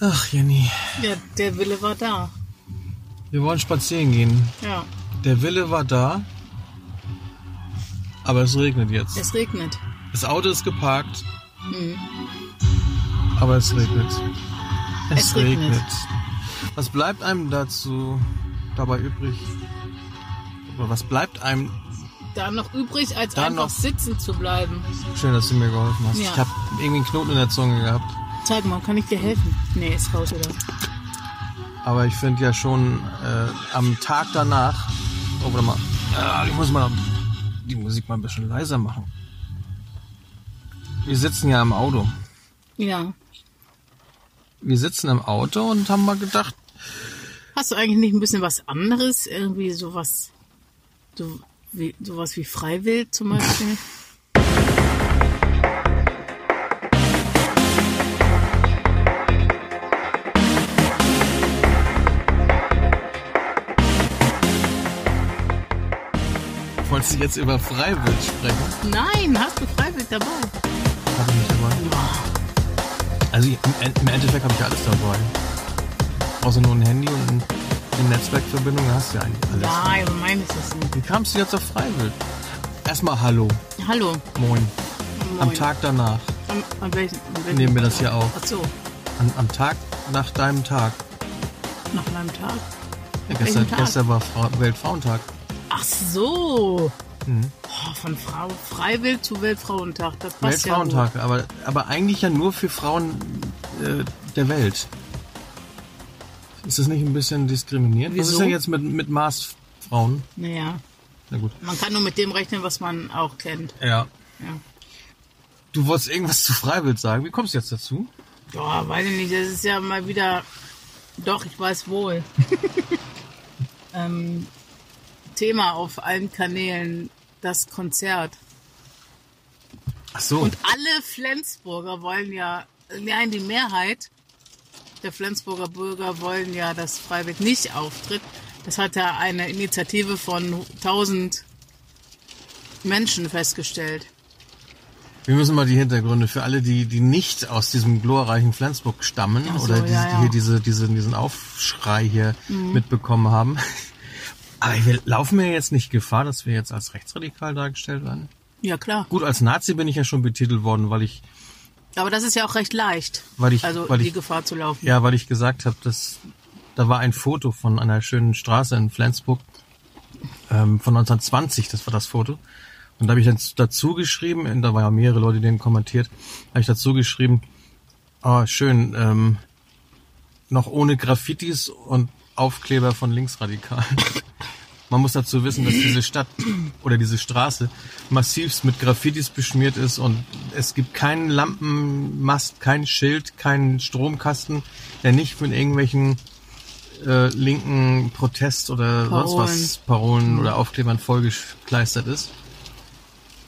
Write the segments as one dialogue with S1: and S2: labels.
S1: Ach, Jenny.
S2: Ja, der Wille war da.
S1: Wir wollen spazieren gehen.
S2: Ja,
S1: Der Wille war da. Aber es regnet jetzt.
S2: es Mhm. regnet.
S1: Das Auto ist geparkt. Aber es regnet. Es,
S2: Es
S1: regnet.
S2: regnet.
S1: Was bleibt einem dazu dabei übrig? Oder was bleibt einem?
S2: Da noch übrig, als
S1: Da
S2: einfach
S1: noch-
S2: sitzen zu bleiben.
S1: Schön, dass du mir geholfen hast.
S2: Ja.
S1: Ich habe irgendwie einen Knoten in der Zunge gehabt.
S2: Zeig mal, kann ich dir helfen? Nee, ist raus, oder?
S1: Aber ich finde ja schon äh, am Tag danach. Oh, warte mal. Ah, ich muss mal die Musik mal ein bisschen leiser machen. Wir sitzen ja im Auto.
S2: Ja.
S1: Wir sitzen im Auto und haben mal gedacht,
S2: Hast du eigentlich nicht ein bisschen was anderes? Irgendwie sowas, so, wie, sowas wie Freiwild zum Beispiel?
S1: wolltest du jetzt über Freiwild sprechen?
S2: Nein, hast du Freiwild dabei?
S1: Hab ich nicht dabei. Also ich- im En- im Endeffekt habe ich ja alles dabei. Außer nur ein Handy und ein- eine Netzwerkverbindung da hast du ja eigentlich alles.
S2: Nein, aber meine ist das nicht.
S1: Wie kamst du jetzt auf Freiwild? Erstmal Hallo,
S2: Hallo.
S1: moin. Am
S2: moin.
S1: Tag danach
S2: An, an welchen? An welchen?
S1: nehmen wir das hier auf.
S2: Ach so,
S1: An, am Tag nach deinem Tag.
S2: nach meinem Tag.
S1: Ja, gestern,
S2: Tag?
S1: gestern war Fra Weltfrauentag.
S2: Ach so.
S1: Mhm.
S2: Oh, von Frau, Freiwild zu Weltfrauentag. Das passt Ja gut.
S1: Weltfrauentag, aber, aber eigentlich ja nur für Frauen äh, der Welt. Ist das nicht ein bisschen diskriminierend? Was
S2: Wieso?
S1: ist denn jetzt mit, mit Maßfrauen?
S2: naja,
S1: Na gut.
S2: man kann nur mit dem rechnen, was man auch kennt.
S1: Ja.
S2: Ja.
S1: Du wolltest irgendwas zu Freiwild sagen. Wie kommst du jetzt dazu?
S2: Ja, weiß ich nicht, das ist ja mal wieder. Doch, ich weiß wohl. ähm, Thema auf allen Kanälen, das Konzert.
S1: Ach so.
S2: Und alle Flensburger wollen ja, nein, die Mehrheit der Flensburger Bürger wollen ja, dass Freiburg nicht auftritt. Das hat ja eine Initiative von 1000 Menschen festgestellt.
S1: wir müssen mal die Hintergründe für alle, die, die nicht aus diesem glorreichen Flensburg stammen
S2: Ach so,
S1: oder die,
S2: ja,
S1: die
S2: ja. Mhm.
S1: hier diese, diesen, diesen Aufschrei hier mitbekommen haben. Aber wir laufen wir jetzt nicht Gefahr, dass wir jetzt als rechtsradikal dargestellt werden?
S2: Ja, klar.
S1: Gut, als Nazi bin ich ja schon betitelt worden, weil ich,
S2: Aber das ist ja auch recht leicht,
S1: Weil ich-
S2: also
S1: weil
S2: die
S1: ich-
S2: Gefahr zu laufen.
S1: ja, weil ich gesagt habe, dass da war ein Foto von einer schönen Straße in Flensburg ähm, von 1920, das war das Foto. Und da habe ich dann dazu geschrieben, und da waren ja mehrere Leute, die den kommentiert, habe ich dazu geschrieben, ah, schön, ähm, noch ohne Graffitis und Aufkleber von Linksradikalen. Man muss dazu wissen, dass diese Stadt oder diese Straße massivst mit Graffitis beschmiert ist und es gibt keinen Lampenmast, kein Schild, keinen Stromkasten, der nicht mit irgendwelchen äh, linken Protest oder sonst was Parolen oder Aufklebern vollgekleistert ist.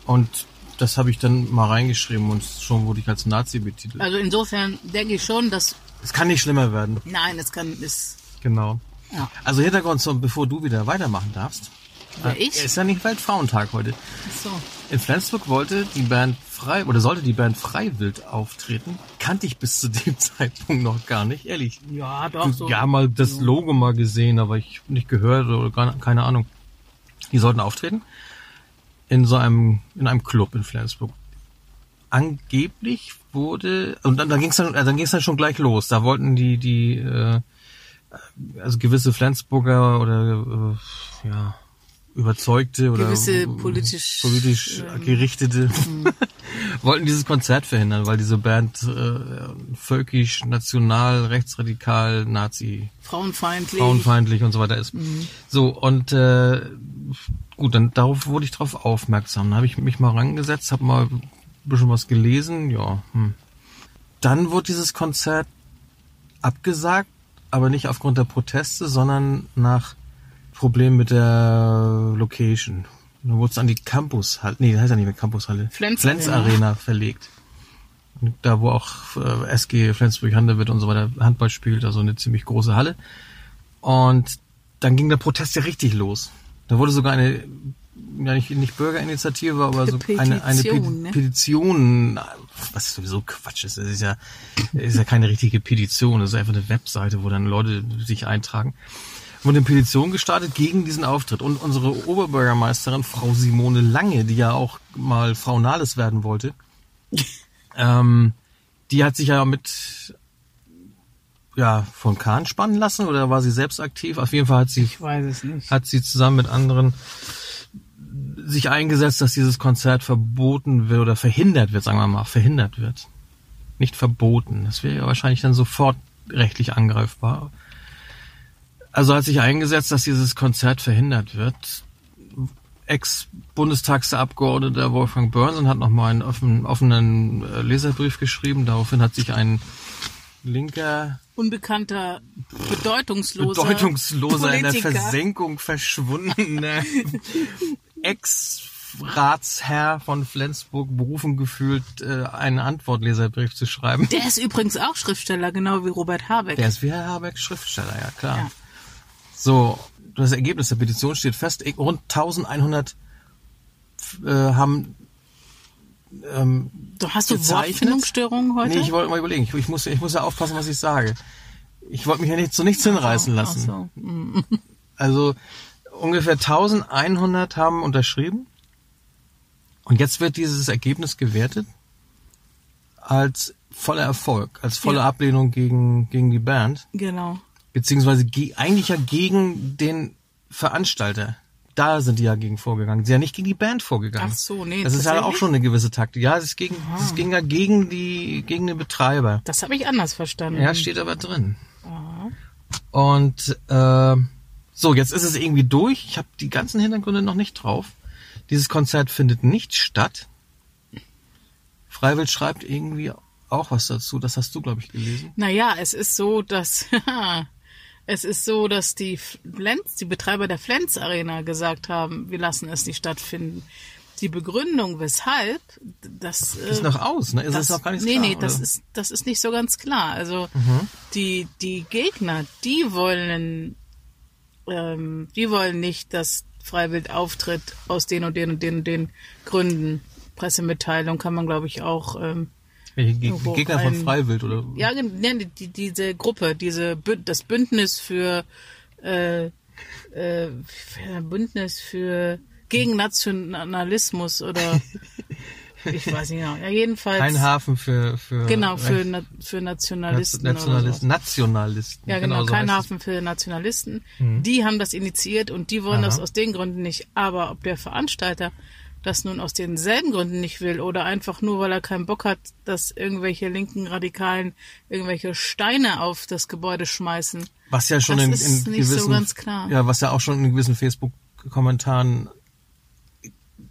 S1: Und das habe ich dann mal reingeschrieben und schon wurde ich als Nazi betitelt.
S2: Also insofern denke ich schon, dass
S1: Es kann nicht schlimmer werden.
S2: nein, es kann ist
S1: Genau.
S2: Ja.
S1: Also Hintergrund zum, bevor du wieder weitermachen darfst. Ah,
S2: Wer, ich?
S1: Ist ja nicht Weltfrauentag heute.
S2: so.
S1: In Flensburg wollte die Band frei oder sollte die Band Freiwild auftreten. Kannte ich bis zu dem Zeitpunkt noch gar nicht, ehrlich.
S2: Ja, doch so.
S1: Ja, mal das Logo mal gesehen, aber ich hab nicht gehört oder gar, keine Ahnung. Die sollten auftreten in so einem in einem Club in Flensburg. Angeblich wurde und dann, dann ging es dann, also dann ging's dann schon gleich los. Da wollten die die äh, also gewisse Flensburger oder äh, ja überzeugte oder äh,
S2: Gewisse politisch, ähm, hm.
S1: politisch gerichtete wollten dieses Konzert verhindern, weil diese Band äh, völkisch, national, rechtsradikal, Nazi
S2: Frauenfeindlich.
S1: frauenfeindlich und so weiter ist. So, und äh, gut, dann darauf wurde ich drauf aufmerksam. Dann habe ich mich mal rangesetzt, habe mal ein bisschen was gelesen, ja. Hm. Dann wurde dieses Konzert abgesagt, aber nicht aufgrund der Proteste, sondern nach Problemen mit der Location. Dann wurde es an die Campushalle, nee, das heißt ja nicht mehr Campushalle,
S2: Flens Arena.
S1: Arena verlegt. Da, wo auch äh, SG Flensburg-Handewitt und so weiter Handball spielt, also eine ziemlich große Halle. Und dann ging der Protest ja richtig los. Da wurde sogar eine ja nicht, nicht Bürgerinitiative, aber so eine, eine Petition,
S2: Petition, ne?
S1: Petition, was sowieso Quatsch ist. Es ist ja, es ist ja keine richtige Petition, es ist einfach eine Webseite, wo dann Leute sich eintragen. Wurde eine Petition gestartet gegen diesen Auftritt. Und unsere Oberbürgermeisterin, Frau Simone Lange, die ja auch mal Frau Nahles werden wollte, ähm, die hat sich ja mit ja, von Kahn spannen lassen oder war sie selbst aktiv? Auf jeden Fall hat sie
S2: Ich weiß es nicht.
S1: hat sie zusammen mit anderen sich eingesetzt, dass dieses Konzert verboten wird oder verhindert wird, sagen wir mal, verhindert wird. Nicht verboten. Das wäre ja wahrscheinlich dann sofort rechtlich angreifbar. Also hat sich eingesetzt, dass dieses Konzert verhindert wird. Ex-Bundestagsabgeordneter Wolfgang Börnsen hat nochmal einen offen, offenen äh, Leserbrief geschrieben. Daraufhin hat sich ein linker
S2: Unbekannter, bedeutungsloser,
S1: bedeutungsloser, in der
S2: Politiker.
S1: Versenkung verschwundener Ex-Ratsherr von Flensburg berufen gefühlt, äh, einen Antwortleserbrief zu schreiben.
S2: Der ist übrigens auch Schriftsteller, genau wie Robert Habeck.
S1: Der ist wie Herr Habeck Schriftsteller, ja klar.
S2: Ja.
S1: So, das Ergebnis der Petition steht fest. Ich- Rund 1100 äh, haben
S2: Du hast du
S1: gezeichnet.
S2: Wortfindungsstörungen heute?
S1: Nee, ich wollte mal überlegen. Ich, ich, muss, ich muss ja aufpassen, was ich sage. Ich wollte mich ja nicht zu nichts hinreißen
S2: Ach
S1: lassen.
S2: so.
S1: Also ungefähr 1100 haben unterschrieben. Und jetzt wird dieses Ergebnis gewertet als voller Erfolg, als volle
S2: Ja.
S1: Ablehnung gegen, gegen die Band,
S2: Genau.
S1: beziehungsweise ge eigentlich ja gegen den Veranstalter. Da sind die ja gegen vorgegangen. Sie sind ja nicht gegen die Band vorgegangen.
S2: Ach so, nee,
S1: Das ist ja auch
S2: tatsächlich?
S1: schon eine gewisse Taktik. Ja, es ging, es ging ja gegen die, gegen den Betreiber.
S2: Das habe ich anders verstanden.
S1: Ja, steht aber drin. Und äh, so, jetzt ist es irgendwie durch. Ich habe die ganzen Hintergründe noch nicht drauf. Dieses Konzert findet nicht statt. Freiwild schreibt irgendwie auch was dazu. Das hast du, glaube ich, gelesen.
S2: Naja, es ist so, dass es ist so, dass die Flens, die Betreiber der Flens Arena gesagt haben, wir lassen es nicht stattfinden. Die Begründung, weshalb, das äh,
S1: Ist noch aus, ne? Ist das, noch gar nicht
S2: nee,
S1: klar,
S2: nee, das
S1: oder? Mhm.
S2: ist das ist nicht so ganz klar. Also die die Gegner, die wollen ähm, die wollen nicht, dass Freiwild auftritt aus den und den und den und den Gründen. Pressemitteilung kann man glaube ich auch ähm,
S1: Welche Geg-
S2: irgendwo
S1: Gegner von
S2: ein-
S1: Freiwild oder?
S2: ja, gen- ne, die- die, diese Gruppe, diese Bü- das Bündnis für äh, äh, Bündnis für gegen Nationalismus oder ich weiß nicht genau. Ja, jedenfalls
S1: Kein Hafen für für
S2: genau für,
S1: Recht-
S2: Na, für Nationalisten.
S1: Nationalisten.
S2: oder sowas.
S1: Nationalisten. Nationalisten.
S2: ja, genau,
S1: so heißt es.
S2: kein
S1: Mhm.
S2: Hafen für Nationalisten. Die haben das initiiert und die wollen
S1: Aha.
S2: das aus den Gründen nicht. Aber ob der Veranstalter das nun aus denselben Gründen nicht will oder einfach nur, weil er keinen Bock hat, dass irgendwelche linken Radikalen irgendwelche Steine auf das Gebäude schmeißen.
S1: Was ja schon
S2: Das
S1: in,
S2: ist
S1: in
S2: nicht so
S1: gewissen,
S2: ganz klar.
S1: ja, was ja auch schon in gewissen Facebook-Kommentaren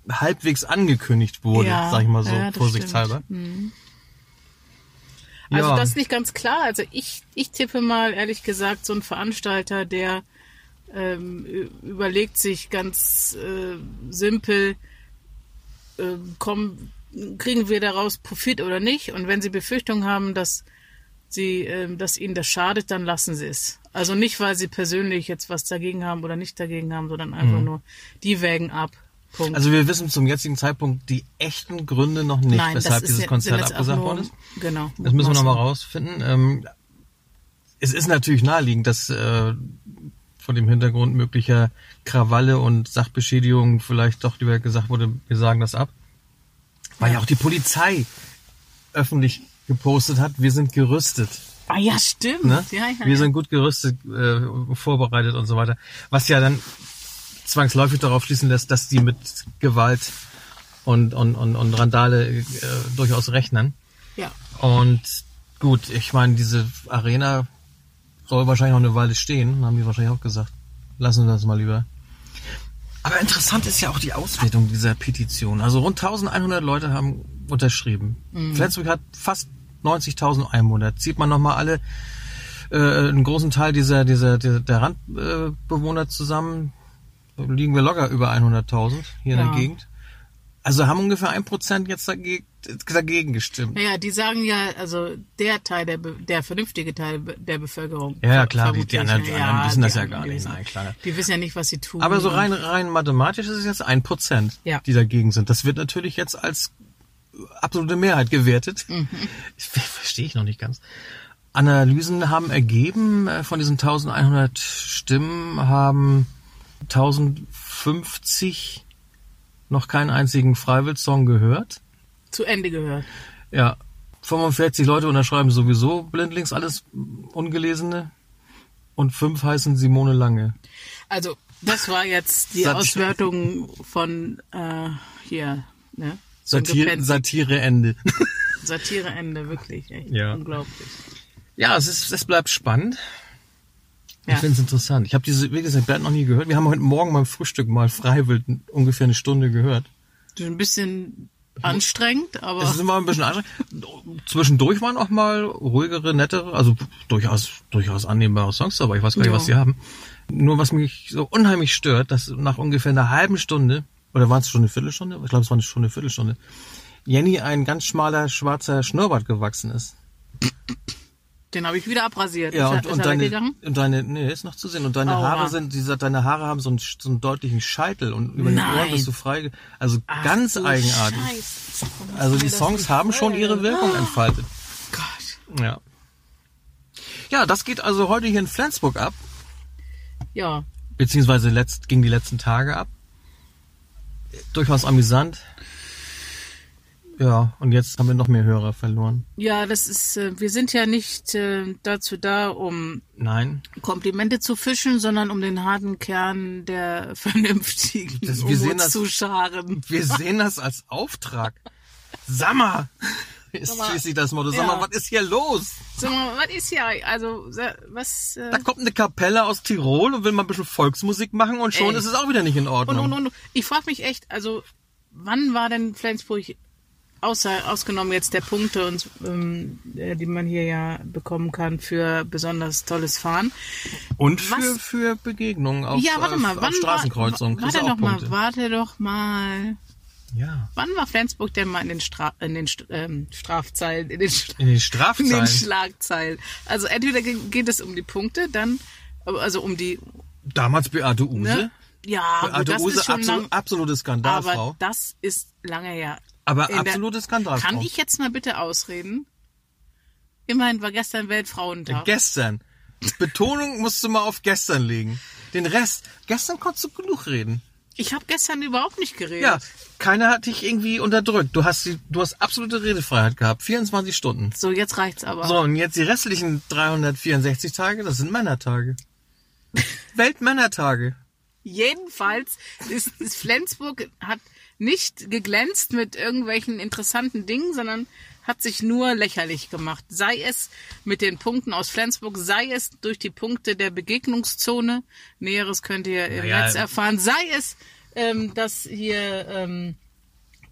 S1: halbwegs angekündigt wurde,
S2: Ja,
S1: sag ich mal so,
S2: ja, das
S1: vorsichtshalber.
S2: Also
S1: Ja.
S2: das ist nicht ganz klar. Also ich, ich tippe mal, ehrlich gesagt, so ein Veranstalter, der ähm, ü- überlegt sich ganz äh, simpel, äh, kommen, kriegen wir daraus Profit oder nicht? Und wenn sie Befürchtungen haben, dass sie, ähm, dass ihnen das schadet, dann lassen sie es. Also nicht, weil sie persönlich jetzt was dagegen haben oder nicht dagegen haben, sondern einfach nur, die wägen ab. Punkt.
S1: Mhm. Also wir wissen zum jetzigen Zeitpunkt die echten Gründe noch nicht,
S2: Nein,
S1: weshalb
S2: das ist
S1: dieses
S2: ja- sind
S1: Konzert
S2: jetzt auch
S1: abgesagt
S2: nur-
S1: worden ist.
S2: Genau.
S1: Das müssen wir nochmal rausfinden. Ähm, es ist natürlich naheliegend, dass äh, vor dem Hintergrund möglicher Krawalle und Sachbeschädigungen vielleicht doch lieber gesagt wurde, wir sagen das ab. Weil ja auch die Polizei öffentlich gepostet hat, wir sind gerüstet.
S2: Ah ja, stimmt.
S1: Ne?
S2: Ja, ja,
S1: wir
S2: ja.
S1: sind gut gerüstet, äh, vorbereitet und so weiter. Was ja dann zwangsläufig darauf schließen lässt, dass die mit Gewalt und, und, und, und Randale äh, durchaus rechnen.
S2: ja.
S1: Und gut, ich meine, diese Arena soll wahrscheinlich noch eine Weile stehen, haben die wahrscheinlich auch gesagt. Lassen wir das mal lieber. Aber interessant ist ja auch die Auswertung dieser Petition. Also rund 1100 Leute haben unterschrieben. Flensburg hat fast 90.000 Einwohner. Zieht man nochmal alle, äh, einen großen Teil dieser, dieser, dieser der Randbewohner äh, Bewohner zusammen, liegen wir locker über 100.000 hier in
S2: Ja.
S1: der Gegend. Also haben ungefähr ein Prozent jetzt dagegen, dagegen gestimmt.
S2: Naja, die sagen ja, also der Teil, der, Be- der vernünftige Teil der Be- der Bevölkerung.
S1: Ja, ja,
S2: ver-
S1: klar, die,
S2: vermutlich,
S1: die, anderen, die
S2: ja,
S1: anderen wissen
S2: die
S1: das ja
S2: anderen
S1: gar nicht.
S2: wissen-
S1: Nein, klar.
S2: Die wissen ja nicht, was sie tun.
S1: Aber so rein, rein mathematisch ist es jetzt ein Prozent,
S2: Mhm. Ja.
S1: die dagegen sind. Das wird natürlich jetzt als absolute Mehrheit gewertet.
S2: Mhm.
S1: Ich ver- verstehe ich noch nicht ganz. Analysen haben ergeben, äh, von diesen 1100 Stimmen haben 1050 noch keinen einzigen Freiwild-Song gehört.
S2: Zu Ende gehört.
S1: Ja, 45 Leute unterschreiben sowieso blindlings alles Ungelesene. Und fünf heißen Simone Lange.
S2: Also, das war jetzt die
S1: Satir-
S2: Auswertung von äh, hier, ne? So ein
S1: Satire,
S2: Gepennt.
S1: Satire Ende.
S2: Satireende, wirklich. Echt.
S1: Ja.
S2: Unglaublich.
S1: Ja, es, ist, es bleibt spannend.
S2: Ja.
S1: Ich finde es interessant. Ich habe diese, wie gesagt, Band noch nie gehört. Wir haben heute Morgen beim Frühstück mal freiwillig ungefähr eine Stunde gehört.
S2: Ein bisschen anstrengend, aber.
S1: Es ist immer ein bisschen anstrengend. Zwischendurch waren auch mal ruhigere, nettere, also durchaus, durchaus annehmbare Songs dabei. Ich weiß gar nicht,
S2: Ja.
S1: was sie haben. Nur was mich so unheimlich stört, dass nach ungefähr einer halben Stunde, oder war es schon eine Viertelstunde? Ich glaube, es war eine- schon eine Viertelstunde. Jenny ein ganz schmaler, schwarzer Schnurrbart gewachsen ist.
S2: Den habe ich wieder abrasiert.
S1: Ja,
S2: ist er,
S1: und,
S2: ist
S1: und
S2: er
S1: deine,
S2: weggegangen? Oh,
S1: und deine, nee, ist noch zu sehen. Und deine
S2: Aua.
S1: Haare sind, die, deine Haare haben so einen, so einen deutlichen Scheitel und über den Ohren
S2: Nein.
S1: bist du frei. Also
S2: Ach,
S1: ganz
S2: du
S1: eigenartig.
S2: Scheiße. Warum
S1: Also
S2: ist Ah.
S1: die
S2: mir das
S1: Songs
S2: nicht
S1: haben schon
S2: gefallen?
S1: ihre Wirkung entfaltet.
S2: Gott.
S1: Ja. Ja, das geht also heute hier in Flensburg ab,
S2: Ja,
S1: beziehungsweise letzt, ging die letzten Tage ab. Durchaus amüsant. Ja, und jetzt haben wir noch mehr Hörer verloren.
S2: ja, das ist. Äh, wir sind ja nicht äh, dazu da, um
S1: Nein.
S2: Komplimente zu fischen, sondern um den harten Kern der Vernünftigen
S1: Das- wir
S2: um
S1: sehen
S2: uns
S1: das-
S2: zu scharen.
S1: Wir sehen das als Auftrag. Sammer! Ist
S2: Sammer.
S1: schließlich das Motto. Sammer,
S2: Ja.
S1: was ist hier los?
S2: Sag mal, was ist hier? Also sa- was? Äh,
S1: Da kommt eine Kapelle aus Tirol und will mal ein bisschen Volksmusik machen und schon
S2: Ey.
S1: ist es auch wieder nicht in
S2: und,
S1: Ordnung.
S2: und, und, ich frage mich echt. Also wann war denn Flensburg außer ausgenommen jetzt der Punkte und ähm, äh, die man hier ja bekommen kann für besonders tolles Fahren?
S1: Und für,
S2: Was?
S1: für Begegnungen auf,
S2: ja, warte
S1: auf,
S2: mal, wann
S1: auf Straßenkreuzungen.
S2: war?
S1: Kriegst
S2: Warte
S1: du auch
S2: doch mal,
S1: Punkte.
S2: warte doch mal.
S1: Ja.
S2: Wann war Flensburg denn mal in den, Stra in den St ähm, Strafzeilen, in den, St
S1: In den
S2: in
S1: Strafzeilen.
S2: den Schlagzeilen? Also entweder ge- geht es um die Punkte, dann also um die,
S1: Damals Beate Use.
S2: ne? Ja, gut,
S1: Beate
S2: das
S1: Use,
S2: ist schon
S1: absol
S2: lang,
S1: absolute
S2: aber
S1: Skandalfrau.
S2: das ist lange her.
S1: Aber,
S2: In der-
S1: absolute Skandalfrau.
S2: Kann ich jetzt mal bitte ausreden? Immerhin war gestern Weltfrauentag.
S1: Äh, Gestern. Betonung musst du mal auf gestern legen. Den Rest. Gestern konntest du genug reden.
S2: ich habe gestern überhaupt nicht geredet.
S1: Ja, keiner hat dich irgendwie unterdrückt. Du hast, die, du hast absolute Redefreiheit gehabt. 24 Stunden.
S2: So, jetzt reicht's aber.
S1: So, und jetzt die restlichen 364 Tage, das sind Männertage. Weltmännertage.
S2: Jedenfalls ist, ist Flensburg hat nicht geglänzt mit irgendwelchen interessanten Dingen, sondern hat sich nur lächerlich gemacht. Sei es mit den Punkten aus Flensburg, sei es durch die Punkte der Begegnungszone. Näheres könnt ihr im
S1: Naja.
S2: Netz erfahren. Sei es, ähm, dass hier, ähm,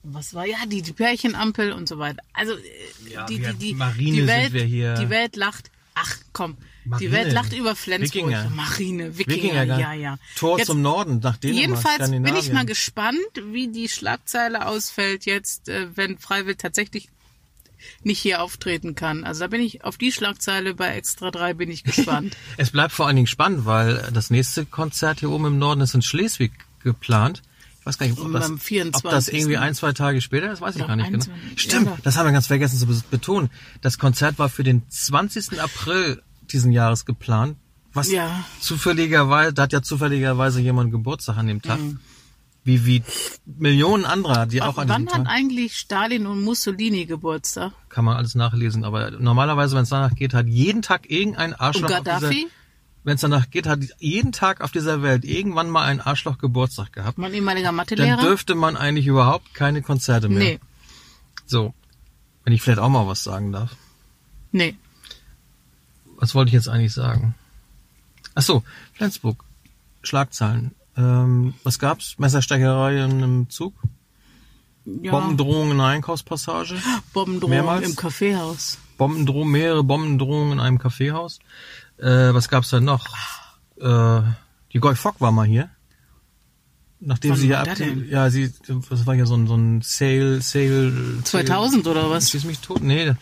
S2: was war ja, die, die Pärchenampel und so weiter. Also, äh,
S1: Ja,
S2: die,
S1: wir-
S2: die, die,
S1: Marine
S2: die
S1: sind
S2: Welt,
S1: wir hier.
S2: die Welt lacht. Ach komm,
S1: Marine.
S2: die Welt lacht über Flensburg.
S1: Wikinger.
S2: Marine, Wikinger,
S1: Wikinger,
S2: ja, ja.
S1: Tor
S2: Jetzt-
S1: zum Norden, nach Dänemark,
S2: Jedenfalls bin ich
S1: Skandinavien.
S2: mal gespannt, wie die Schlagzeile ausfällt jetzt, äh, wenn Freiwill tatsächlich nicht hier auftreten kann. Also da bin ich auf die Schlagzeile bei Extra 3 bin ich gespannt.
S1: Es bleibt vor allen Dingen spannend, weil das nächste Konzert hier oben im Norden ist in Schleswig geplant. Ich weiß gar nicht, ob
S2: Am
S1: das, ob das
S2: 24..
S1: irgendwie ein, zwei Tage später ist, weiß ich
S2: Ja,
S1: gar nicht genau.
S2: 21.,
S1: Stimmt,
S2: ja.
S1: das haben wir ganz vergessen zu bes- betonen. Das Konzert war für den 20. April diesen Jahres geplant. Was
S2: Ja.
S1: zufälligerweise, da hat ja zufälligerweise jemand Geburtstag an dem Tag.
S2: Mhm.
S1: Wie, wie Millionen anderer, die auch an diesem
S2: Wann
S1: Tag.
S2: haben eigentlich Stalin und Mussolini Geburtstag?
S1: Kann man alles nachlesen, aber normalerweise, wenn es danach geht, hat jeden Tag irgendein
S2: Und
S1: Arschloch. auf dieser-
S2: Gaddafi?
S1: wenn es danach geht, hat jeden Tag auf dieser Welt irgendwann mal ein Arschloch Geburtstag gehabt.
S2: Mein ehemaliger
S1: Dann
S2: Mathelehrer?
S1: dürfte man eigentlich überhaupt keine Konzerte mehr.
S2: Nee,
S1: So, wenn ich vielleicht auch mal was sagen darf.
S2: nee.
S1: Was wollte ich jetzt eigentlich sagen? Ach so, Flensburg. Schlagzeilen. Ähm, was gab's? Messerstecherei in einem Zug?
S2: Ja.
S1: Bombendrohung in einer Einkaufspassage?
S2: Bombendrohung
S1: Mehrmals?
S2: im Kaffeehaus.
S1: Bombendrohung, mehrere Bombendrohungen in einem Kaffeehaus. Äh, was gab's da noch? Äh, die Goy Fock war mal hier. Nachdem
S2: Wann
S1: sie hier
S2: war
S1: ab,
S2: der denn?
S1: ja, sie, das war ja so ein, so ein Sale, Sale.
S2: 2000 oder
S1: Sale,
S2: was?
S1: schieß mich tot. Nee,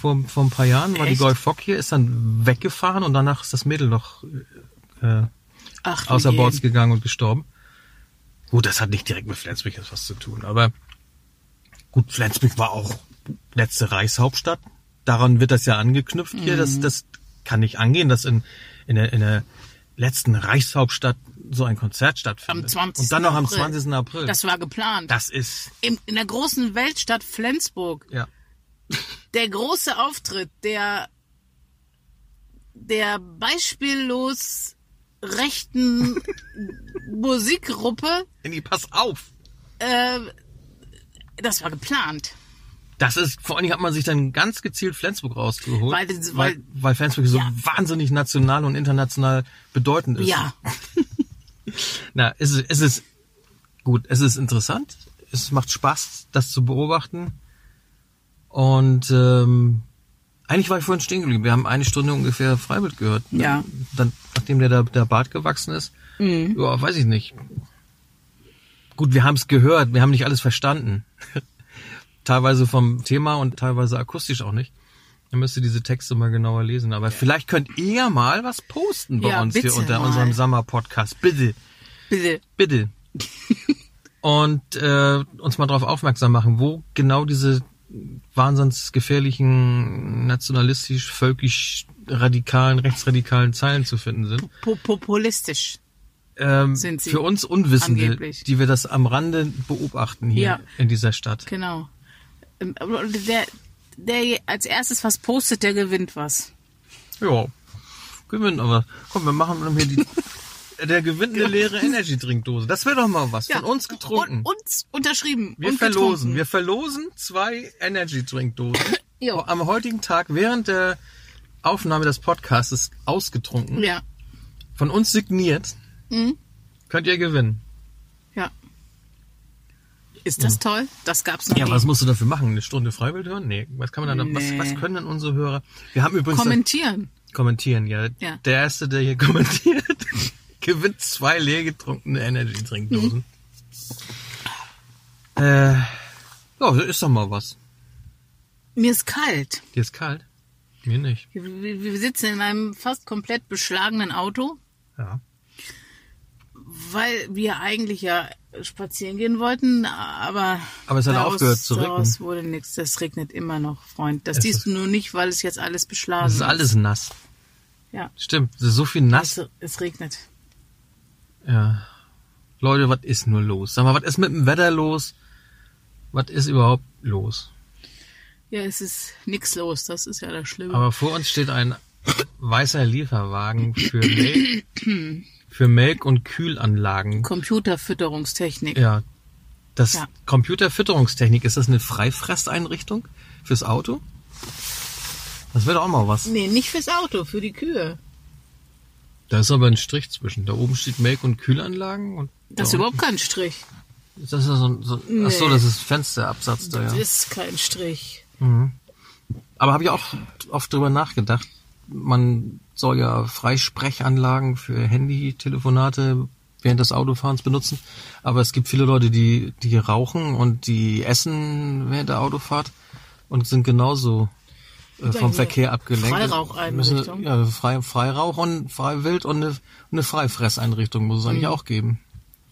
S1: vor, vor ein paar Jahren war die
S2: Echt?
S1: Golf Fock hier, ist dann weggefahren und danach ist das Mädelloch äh,
S2: Ach, du
S1: außer
S2: je.
S1: Bords gegangen und gestorben. Gut, das hat nicht direkt mit Flensburg jetzt was zu tun, aber gut, Flensburg war auch letzte Reichshauptstadt. Daran wird das ja angeknüpft hier.
S2: Mhm.
S1: Das, das kann nicht angehen, dass in, in, der, in der letzten Reichshauptstadt so ein Konzert stattfindet.
S2: Am 20.
S1: Und dann noch am
S2: April.
S1: 20. April.
S2: Das war geplant.
S1: das ist,
S2: Im, in der großen Weltstadt Flensburg.
S1: ja.
S2: Der große Auftritt, der, der beispiellos rechten Musikgruppe,
S1: Andy, pass auf!
S2: äh, das war geplant.
S1: Das ist, vor allen Dingen hat man sich dann ganz gezielt Flensburg rausgeholt.
S2: Weil das-
S1: weil,
S2: weil-
S1: weil Flensburg so
S2: Ja.
S1: wahnsinnig national und international bedeutend ist.
S2: Ja,
S1: Na, es ist, es ist gut, es ist interessant, es macht Spaß, das zu beobachten. Und ähm, eigentlich war ich vorhin stehen geblieben. Wir haben eine Stunde ungefähr Freiwild gehört.
S2: Ja. Mhm.
S1: Dann, nachdem der, der, der Bart gewachsen ist. Ja, weiß ich nicht. Gut, wir haben es gehört, wir haben nicht alles verstanden. teilweise vom Thema und teilweise akustisch auch nicht. Dann müsst ihr diese Texte mal genauer lesen. Aber vielleicht könnt ihr ja mal was posten bei
S2: Ja,
S1: uns hier
S2: bitte
S1: unter
S2: mal.
S1: unserem Sommer-Podcast. Bitte.
S2: bitte.
S1: Bitte. Und äh, uns mal darauf aufmerksam machen, wo genau diese wahnsinnsgefährlichen, nationalistisch, völkisch radikalen, rechtsradikalen Zeilen zu finden sind.
S2: Po populistisch.
S1: Ähm,
S2: Sind sie
S1: für uns Unwissende,
S2: angeblich.
S1: die wir das am Rande beobachten hier
S2: Ja.
S1: in dieser Stadt.
S2: Genau. Ähm, aber Der, der als erstes was postet, der gewinnt was.
S1: Ja, gewinnen aber. Komm, wir machen hier die... Der gewinnt eine leere Energy-Trinkdose. Das wäre doch mal was. Von uns getrunken.
S2: Und, uns unterschrieben.
S1: Wir
S2: und
S1: verlosen,
S2: getrunken.
S1: wir verlosen zwei Energy Drink Dosen.
S2: Jo.
S1: Am heutigen Tag während der Aufnahme des Podcasts ausgetrunken,
S2: Ja, Mhm.
S1: von uns signiert, könnt ihr gewinnen.
S2: ja. Ist das toll? Das gab's noch
S1: Ja,
S2: nie.
S1: was musst du dafür machen? Eine Stunde Freiwild hören? Nee, was kann man dann,
S2: Nee.
S1: was, was können denn unsere Hörer? Wir haben übrigens
S2: Kommentieren.
S1: kommentieren, ja.
S2: Ja.
S1: Der erste, der hier kommentiert, gewinnt zwei leer getrunkene Energy Drink
S2: Mhm.
S1: Dosen. Äh, ja, ist doch mal was.
S2: Mir ist kalt.
S1: Dir ist kalt? Mir nicht.
S2: Wir, wir wir sitzen in einem fast komplett beschlagenen Auto,
S1: Ja.
S2: weil wir eigentlich ja spazieren gehen wollten, aber,
S1: Aber es hat
S2: daraus,
S1: aufgehört zu
S2: daraus wurde nichts. Das regnet immer noch, Freund. Das
S1: Es ist-
S2: siehst du nur nicht, weil es jetzt alles beschlagen
S1: Es ist alles nass.
S2: Ja,
S1: Stimmt, es ist so viel nass.
S2: es, es regnet.
S1: Ja. Leute, was ist nur los? Sag mal, was ist mit dem Wetter los? Was ist überhaupt los?
S2: Ja, es ist nix los. Das ist ja das Schlimme.
S1: Aber vor uns steht ein weißer Lieferwagen für Melk, für Melk und Kühlanlagen.
S2: Computerfütterungstechnik.
S1: Ja. Das
S2: Ja.
S1: Computerfütterungstechnik, ist das eine Freifresseinrichtung fürs Auto? Das wäre doch auch mal was.
S2: Nee, nicht fürs Auto, für die Kühe.
S1: Da ist aber ein Strich zwischen. Da oben steht Melk und Kühlanlagen und
S2: Das ist
S1: da
S2: überhaupt kein Strich.
S1: unten- das ist ja so ein, so, ach so,
S2: Nee.
S1: das ist Fensterabsatz da, ja.
S2: Das ist kein Strich.
S1: Aber habe ich auch oft drüber nachgedacht. Man soll ja Freisprechanlagen für Handy-Telefonate während des Autofahrens benutzen. Aber es gibt viele Leute, die, die rauchen und die essen während der Autofahrt und sind genauso äh, vom
S2: eine
S1: Verkehr abgelenkt.
S2: Freiraucheinrichtung.
S1: Müssen- Ja, Frei, Freirauch und Freiwild und eine, eine Freifresseinrichtung muss es eigentlich auch geben.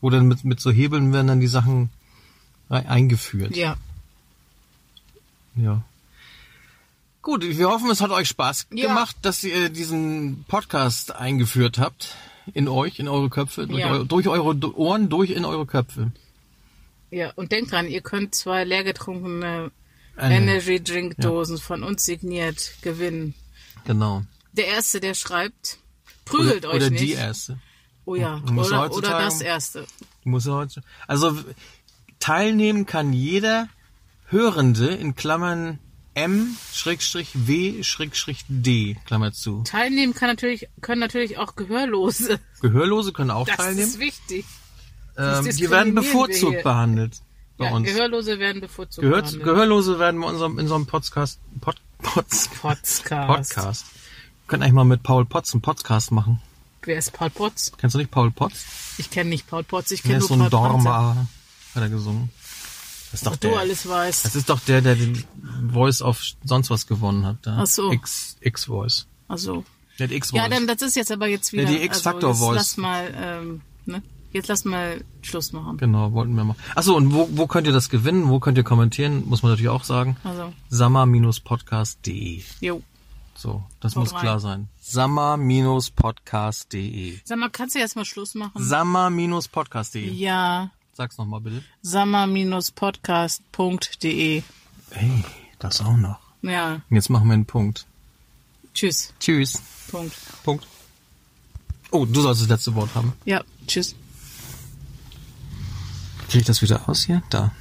S1: Wo dann mit, mit so Hebeln werden dann die Sachen rei- eingeführt.
S2: Ja.
S1: Ja. Gut, wir hoffen, es hat euch Spaß
S2: Ja.
S1: gemacht, dass ihr diesen Podcast eingeführt habt. In euch, in eure Köpfe, durch,
S2: Ja.
S1: eu durch eure Do- Ohren, durch in eure Köpfe.
S2: Ja, und denkt dran, ihr könnt zwei leergetrunkene
S1: Äh,
S2: Energy Drink Dosen von uns signiert gewinnen.
S1: Genau.
S2: Der erste, der schreibt, prügelt
S1: oder
S2: euch
S1: oder
S2: nicht.
S1: die erste.
S2: Oh ja,
S1: Muss
S2: oder,
S1: heutzutage-
S2: oder das erste.
S1: Die Muss ja heute. Also w- teilnehmen kann jeder Hörende in Klammern M-W-D, Klammer zu.
S2: Teilnehmen kann natürlich, können natürlich auch Gehörlose.
S1: Gehörlose können auch
S2: Das
S1: teilnehmen.
S2: ist wichtig. das
S1: ähm, die werden
S2: diskriminieren wir
S1: bevorzugt
S2: hier.
S1: behandelt bei
S2: Ja,
S1: uns.
S2: Gehörlose werden bevorzugt.
S1: Gehört,
S2: behandelt.
S1: Gehörlose werden wir unserem, in unserem Podcast, Pod, Pod,
S2: Podcast.
S1: Podcast. Wir können eigentlich mal mit Paul Potts einen Podcast machen.
S2: Wer ist Paul Potts?
S1: Kennst du nicht Paul Potts?
S2: Ich kenne nicht Paul Potts, ich
S1: Der
S2: kenne
S1: ist
S2: nur
S1: so ein
S2: Paul Panzer.
S1: Dorma, hat er gesungen. Das ist doch
S2: Was
S1: der.
S2: du alles weißt.
S1: Das ist doch der, der den Voice auf sonst was gewonnen hat. Da.
S2: Ach so.
S1: X, X-Voice.
S2: Also,
S1: Der hat X-Voice.
S2: ja, dann das ist jetzt aber jetzt
S1: Ja,
S2: wieder.
S1: die X-Factor
S2: also,
S1: Voice.
S2: jetzt lass mal, ähm, ne? Jetzt lass mal Schluss machen.
S1: Genau, wollten wir mal. Achso, und wo, wo könnt ihr das gewinnen? Wo könnt ihr kommentieren? Muss man natürlich auch sagen.
S2: Also,
S1: Sammer-podcast.de.
S2: jo.
S1: So, das
S2: Haut
S1: muss
S2: rein.
S1: klar sein. Sammer-podcast.de.
S2: Sag mal, kannst du jetzt mal Schluss machen?
S1: Sammer-podcast.de.
S2: ja.
S1: Sag's nochmal bitte.
S2: Sammer-podcast.de.
S1: Hey, das auch noch.
S2: Ja,
S1: Jetzt machen wir einen Punkt.
S2: tschüss.
S1: Tschüss.
S2: Punkt.
S1: Punkt. Oh, du sollst das letzte Wort haben.
S2: Ja, tschüss.
S1: Krieg ich das wieder aus hier? Da.